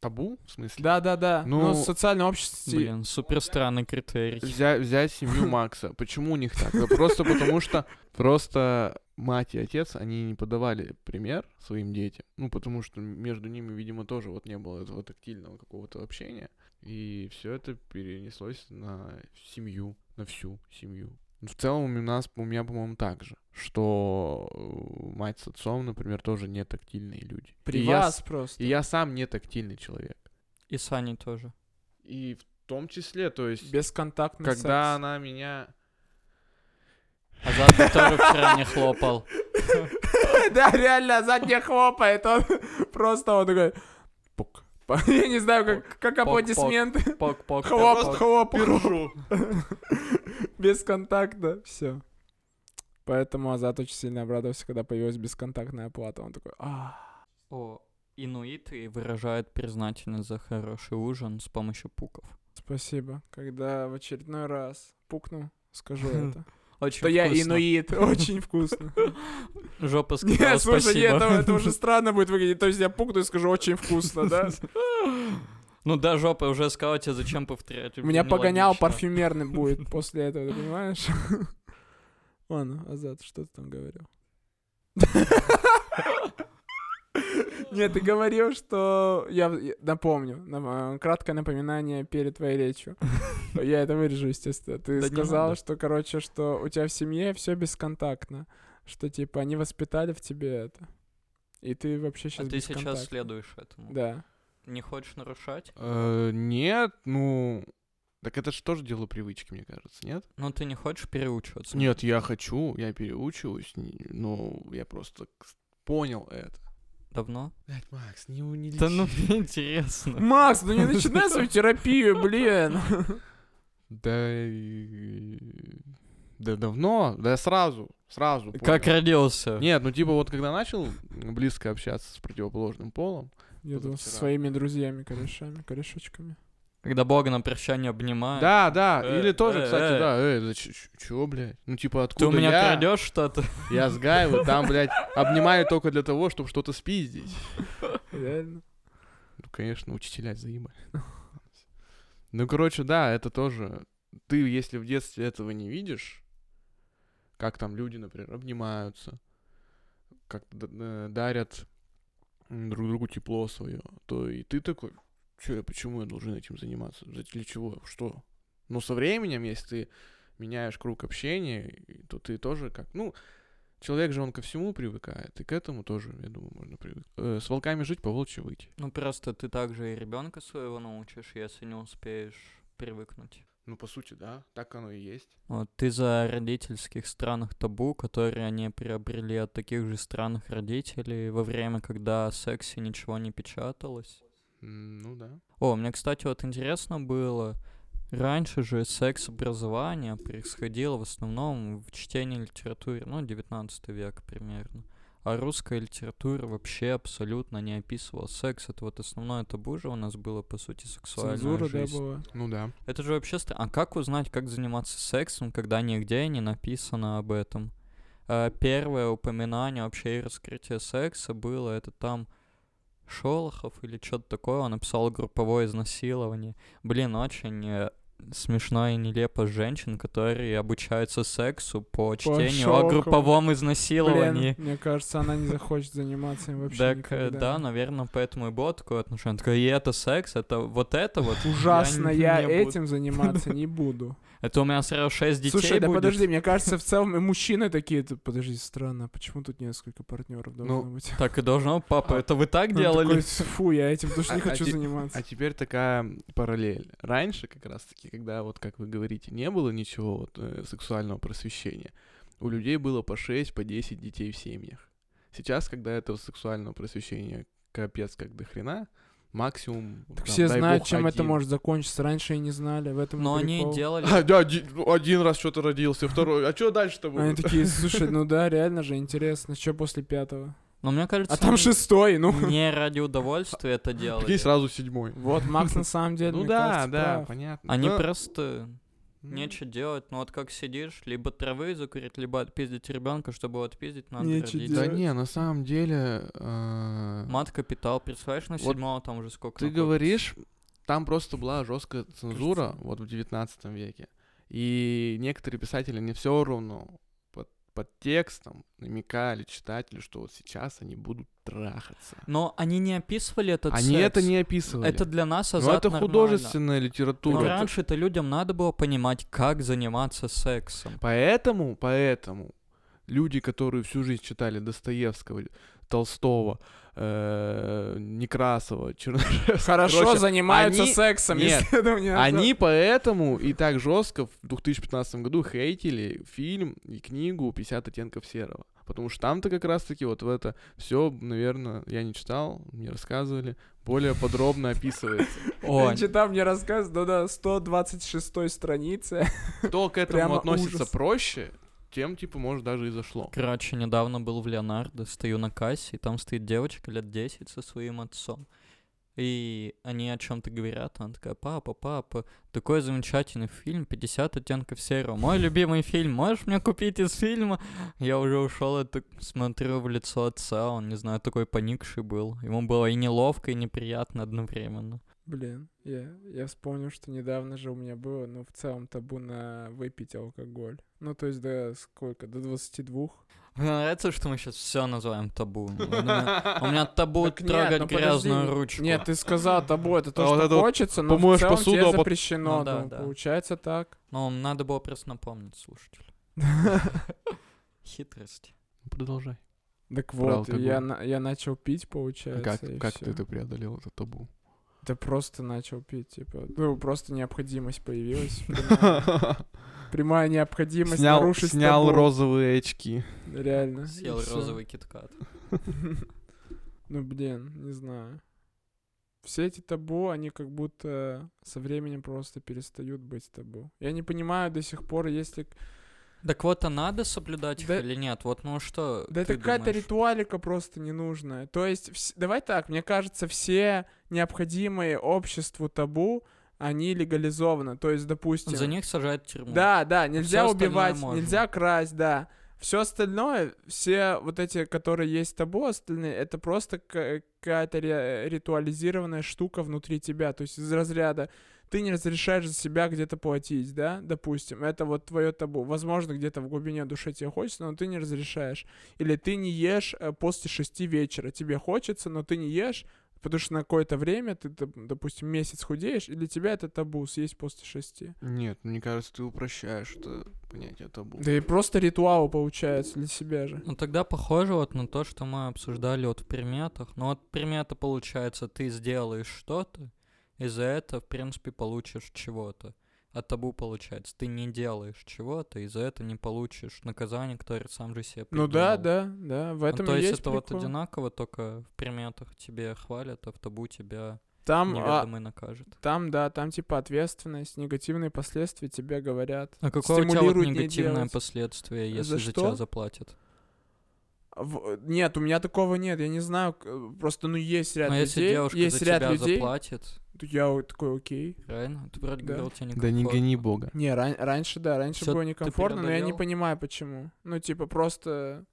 Табу, в смысле?
Да-да-да.
Ну,
Ну, социальное общество...
Блин, супер странный критерий.
Взять, взять семью Макса. Почему у них так? Да просто потому что просто мать и отец, они не подавали пример своим детям. Ну, потому что между ними, видимо, тоже вот не было этого тактильного какого-то общения. И все это перенеслось на семью, на всю семью. Ну, В целом у нас, у меня, по-моему, так же, что э, мать с отцом, например, тоже не тактильные люди.
При
и я,
вас
с-
просто.
и я сам не тактильный человек.
И Сани тоже.
И в том числе, то есть,
Бесконтактный
когда
секс.
она меня
Азат, который вчера не хлопал.
Да, реально, зад не хлопает, он просто вот такой... Пук. Я не знаю, как, как
пок.
аплодисменты.
Пок-пок.
Хлоп,
просто
хлоп, хлоп.
пержу.
Без контакта, все. Поэтому Азат очень сильно обрадовался, когда появилась бесконтактная оплата. Он такой, а,
О, инуиты выражают признательность за хороший ужин с помощью пуков.
спасибо. Когда в очередной раз пукну, скажу это.
Очень
Что я
вкусно.
инуит, очень вкусно.
Жопа сказала
Нет, слушай, нет,
спасибо.
это, это уже странно будет выглядеть. То есть я пукну и скажу, очень вкусно, да?
Ну да, жопа уже сказала тебе, зачем повторять.
У меня погонял
парфюм.
парфюмерный будет после этого, ты понимаешь? Ладно, Азат, что ты там говорил? Нет, ты говорил, что... Я я напомню, нам, э, краткое напоминание перед твоей речью. Я это вырежу, естественно. Ты
Да не
сказал,
надо.
что, короче, что у тебя в семье все бесконтактно. Что, типа, они воспитали в тебе это. И ты вообще
А
сейчас
ты сейчас следуешь этому.
Да.
Не хочешь нарушать?
Э, Нет, ну... Так это же тоже дело привычки, мне кажется, нет?
Но ты не хочешь переучиваться?
Нет, я хочу, я переучиваюсь, н- но я просто к- понял это.
Давно?
Блять, Макс, не, у- не
Да ну,
лечи.
мне интересно.
Макс, ну не начинай свою терапию, блин!
Да... и- Да давно, да сразу, сразу
Как
понял.
родился?
Нет, ну типа вот когда начал близко общаться с противоположным полом,
Я думал, со
позавчера.
своими друзьями, корешами, корешочками.
Когда Бога на прощание обнимает.
Да, да,
Э,
или тоже,
э,
кстати,
э.
да, э, да ч- ч- чё, блядь? Ну, типа,
Ты
откуда
у меня
я?
крадешь что-то?
Я с Гаева, там, блядь, обнимаю только для того, чтобы что-то спиздить.
Реально.
Ну, конечно, учителя заебали. Ну, короче, да, это тоже... Ты, если в детстве этого не видишь, как там люди, например, обнимаются, как д- э, дарят м, друг другу тепло свое, то и ты такой, че я, почему я должен этим заниматься? За- Для чего? Что? Но со временем, если ты меняешь круг общения, и- то ты тоже как... Ну, человек же, он ко всему привыкает, и к этому тоже, я думаю, можно привыкнуть. Э, с волками жить, по волчьи выйти.
Ну просто ты также и ребенка своего научишь, если не успеешь привыкнуть.
Ну, по сути, да, так оно и есть.
Вот ты за родительских странах табу, которые они приобрели от таких же странных родителей во время, когда о сексе ничего не печаталось.
М, Ну да.
О, мне, кстати, вот интересно было, раньше же секс-образование происходило в основном в чтении литературы, ну, 19 век примерно. А русская литература вообще абсолютно не описывала секс. Это вот основное табу же у нас было, по сути, сексуальная
Цензура, да,
жизнь.
была.
Ну да.
Это же вообще... стра- А как узнать, как заниматься сексом, когда нигде не написано об этом? Э, Первое упоминание вообще и раскрытие секса было, это там Шолохов или что-то такое, он написал групповое изнасилование. Блин, очень э, смешно и нелепо женщин, которые обучаются сексу по чтению о
Шолохову.
групповом
Блин,
изнасиловании.
мне кажется, она не захочет заниматься им вообще
Так, э,
никогда.
да, наверное, поэтому и было такое отношение. Он такой, и это секс, это вот это вот. я
Ужасно,
не-
я
не буду».
этим заниматься не буду.
Это у меня сразу шесть детей
Слушай, да
будет.
подожди, мне кажется, в целом и мужчины такие, «Т- подожди, странно, а почему тут несколько партнеров должно
Ну,
быть?
Так и должно, папа. Это вы так
Он
делали?
такой, Фу, я этим тоже не
А- а
хочу
те-
заниматься.
А теперь такая параллель. Раньше, как раз-таки, когда, вот как вы говорите, не было ничего вот, э, сексуального просвещения, у людей было по 6, по 10 детей в семьях. Сейчас, когда этого сексуального просвещения капец как до хрена, максимум...
Так
а,
там,
все
дай
знают,
бог,
чем это
один.
может закончиться. Раньше и не знали, в этом и
Но они
прикол.
делали...
А, да, оди- один, раз что-то родился, второй. А что дальше-то
Они
будет?
такие, слушай, ну да, реально же интересно, что после пятого?
Но мне кажется,
А там
они
шестой, ну.
не ради удовольствия это делали.
Прикинь, сразу седьмой.
Вот, Макс на самом деле,
Ну
мне
да,
кажется,
да,
прав.
понятно.
Они
Да.
просто
М.
нечего делать. Ну вот как сидишь, либо травы закурить, либо отпиздить ребенка, чтобы отпиздить, надо
Нечего
родить.
Да
делать.
не, на самом деле... э,
Мат капитал, представляешь, на
Вот
седьмого там уже сколько
Ты
находится.
говоришь, там просто была жесткая цензура вот в 19 веке. И некоторые писатели не все равно под, под текстом намекали читателю, что вот сейчас они будут трахаться.
Но они не описывали этот
они
секс.
это не описывали.
Это для нас
Но
азарт
это
нормально.
художественная
Но
литература.
раньше-то людям надо было понимать, как заниматься сексом.
Поэтому, поэтому люди, которые всю жизнь читали Достоевского, Толстого, э, Некрасова, Чернышевского,
Хорошо
короче,
занимаются
они-
сексом,
Нет,
если это мне
Они поэтому и так жестко в 2015 году хейтили фильм и книгу 50 оттенков серого. Потому что там-то как раз-таки вот в это все, наверное, я не читал, мне рассказывали, более подробно описывается.
О,
Ничего там мне рассказывают, ну да, да, 126 странице.
Кто к этому
Прямо
относится
ужас.
проще, тем, типа, может, даже и зашло.
Короче, недавно был в Леонардо, стою на кассе, и там стоит девочка лет 10 со своим отцом. И они о чем-то говорят, она такая, папа, папа, такой замечательный фильм, 50 оттенков серого, мой любимый фильм, можешь мне купить из фильма? Я уже ушел, и так смотрю в лицо отца, он, не знаю, такой поникший был. Ему было и неловко, и неприятно одновременно.
Блин, я, я вспомнил, что недавно же у меня было, ну, в целом табу на выпить алкоголь. Ну, то есть до сколько? До 22?
Мне нравится, что мы сейчас все называем табу.
Ну,
У
а
меня у меня табу
Так нет, ну,
трогать
подожди,
грязную
не-
ручку.
Нет, ты сказал табу, это то,
А
что
вот это вот
хочется, но в
помоешь
целом
посуду,
тебе
а пот-
запрещено.
Ну да,
ну,
да.
Получается так.
Ну, надо было просто напомнить слушателю. Хитрость.
Продолжай.
Так вот,
алкоголь.
я, на- я начал пить,
А
получается.
Как,
и
как
всё.
ты это преодолел, это табу?
Да просто начал пить, типа. Ну, просто необходимость появилась. прямая.
Снял,
Прямая необходимость нарушить
снял
табу.
розовые очки.
Реально. и
Съел
всё.
розовый киткат.
Ну, блин, не знаю. Все эти табу, они как будто со временем просто перестают быть табу. Я не понимаю до сих пор, если... к-
Так вот, а надо соблюдать их
Да-
или нет? Вот, ну что
Да это
ты
какая-то
думаешь?
ритуалика просто ненужная. То есть, вс- давай так, мне кажется, все необходимые обществу табу они легализованы. То есть, допустим...
За них сажают в тюрьму.
Да, да, нельзя
остальное
убивать,
можно.
нельзя красть, да. Все остальное, все вот эти, которые есть табу, остальные, это просто ка- какая-то ре- ритуализированная штука внутри тебя. То есть из разряда ты не разрешаешь за себя где-то платить, да, допустим, это вот твое табу. Возможно, где-то в глубине души тебе хочется, но ты не разрешаешь. Или ты не ешь э, после шести вечера. Тебе хочется, но ты не ешь, потому что на какое-то время ты, доп- допустим, месяц худеешь, и для тебя это табу съесть после шести.
Нет, мне кажется, ты упрощаешь это понятие табу.
Да и просто ритуалы получается для себя же.
Ну тогда похоже вот на то, что мы обсуждали вот в приметах. Но вот примета получается, ты сделаешь что-то, и за это, в принципе, получишь чего-то. А табу получается, ты не делаешь чего-то, и за это не получишь наказание, которое сам же себе
Ну да, да,
придумал.
да, в
Ну,
этом
то
и
есть,
есть
это
прикол.
вот одинаково, только в приметах тебе хвалят, а в табу тебя
Там, а,
неведомый накажет.
там, да, там типа ответственность, негативные последствия тебе говорят.
А какое у тебя вот
стимулирует не
негативное
делать.
последствие, если
За
за, тебя
что?
заплатят?
В- Нет, у меня такого нет, я не знаю, к- просто, ну, есть ряд
Но если
людей,
девушка
есть
за
ряд
тебя
людей,
заплатит,
то я вот такой, окей.
правильно? Ты вроде
Да.
говорил, тебе
Да не
некомфортно.
гони бога.
Не, ран- раньше, да, раньше
Всё,
было
ты
некомфортно, но я не
преодолел?
понимаю, почему. Ну, типа, просто,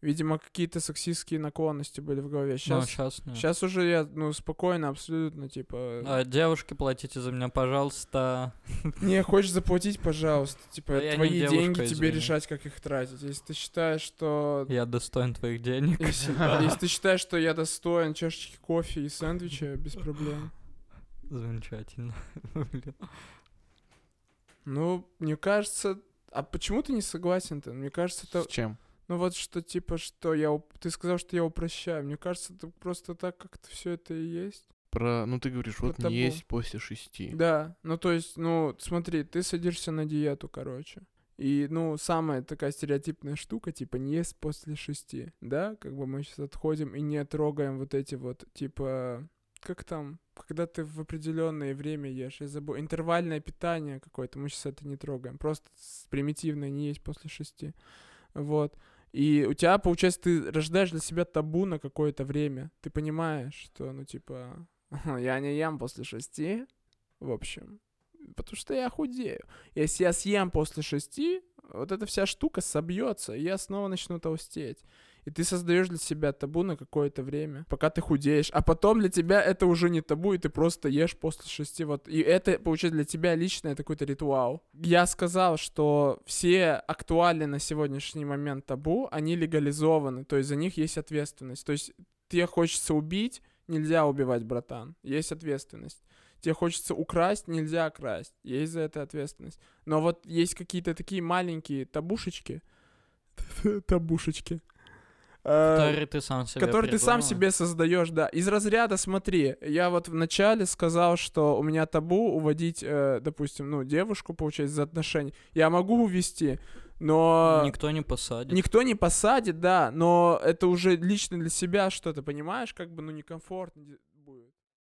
видимо, какие-то сексистские наклонности были в голове.
Ну,
Сейчас,
сейчас нет.
сейчас уже я, ну, спокойно, абсолютно, типа...
А, девушки, платите за меня, пожалуйста.
Не, хочешь заплатить, пожалуйста. Типа,
Да я не
твои
девушка,
деньги тебе
извини.
решать, как их тратить. Если ты считаешь, что...
Я достоин твоих денег.
Если, если ты считаешь, что я достоин чашечки кофе и сэндвича, без проблем.
Замечательно. Блин.
Ну, мне кажется... А почему ты не согласен-то? Мне кажется, это...
С чем?
Ну вот что, типа, что я... уп- Ты сказал, что я упрощаю. Мне кажется, это просто так как-то все это и есть.
Про, ну ты говоришь, вот
табу.
не есть после шести.
Да, ну то есть, ну, смотри, ты садишься на диету, короче. И, ну, самая такая стереотипная штука, типа, не есть после шести, да? Как бы мы сейчас отходим и не трогаем вот эти вот, типа, как там, когда ты в определенное время ешь, я забыл, интервальное питание какое-то, мы сейчас это не трогаем, просто с- примитивное не есть после шести, вот. И у тебя, получается, ты рождаешь для себя табу на какое-то время, ты понимаешь, что, ну, типа, я не ем после шести, в общем. Потому что я худею. Если я съем после шести, вот эта вся штука собьется, и я снова начну толстеть. И ты создаешь для себя табу на какое-то время, пока ты худеешь. А потом для тебя это уже не табу, и ты просто ешь после шести. Вот. И это, получается, для тебя лично это какой-то ритуал. Я сказал, что все актуальные на сегодняшний момент табу, они легализованы. То есть за них есть ответственность. То есть тебе хочется убить, нельзя убивать, братан. Есть ответственность. Тебе хочется украсть, нельзя красть. Есть за это ответственность. Но вот есть какие-то такие маленькие табушечки. Табушечки. Э,
Который ты сам себе
который ты сам
придумал.
себе создаешь, да. Из разряда, смотри, я вот вначале сказал, что у меня табу уводить, э, допустим, ну, девушку, получается, за отношения. Я могу увести, но...
Никто не посадит.
Никто не посадит, да, но это уже лично для себя что-то, понимаешь, как бы, ну, некомфортно.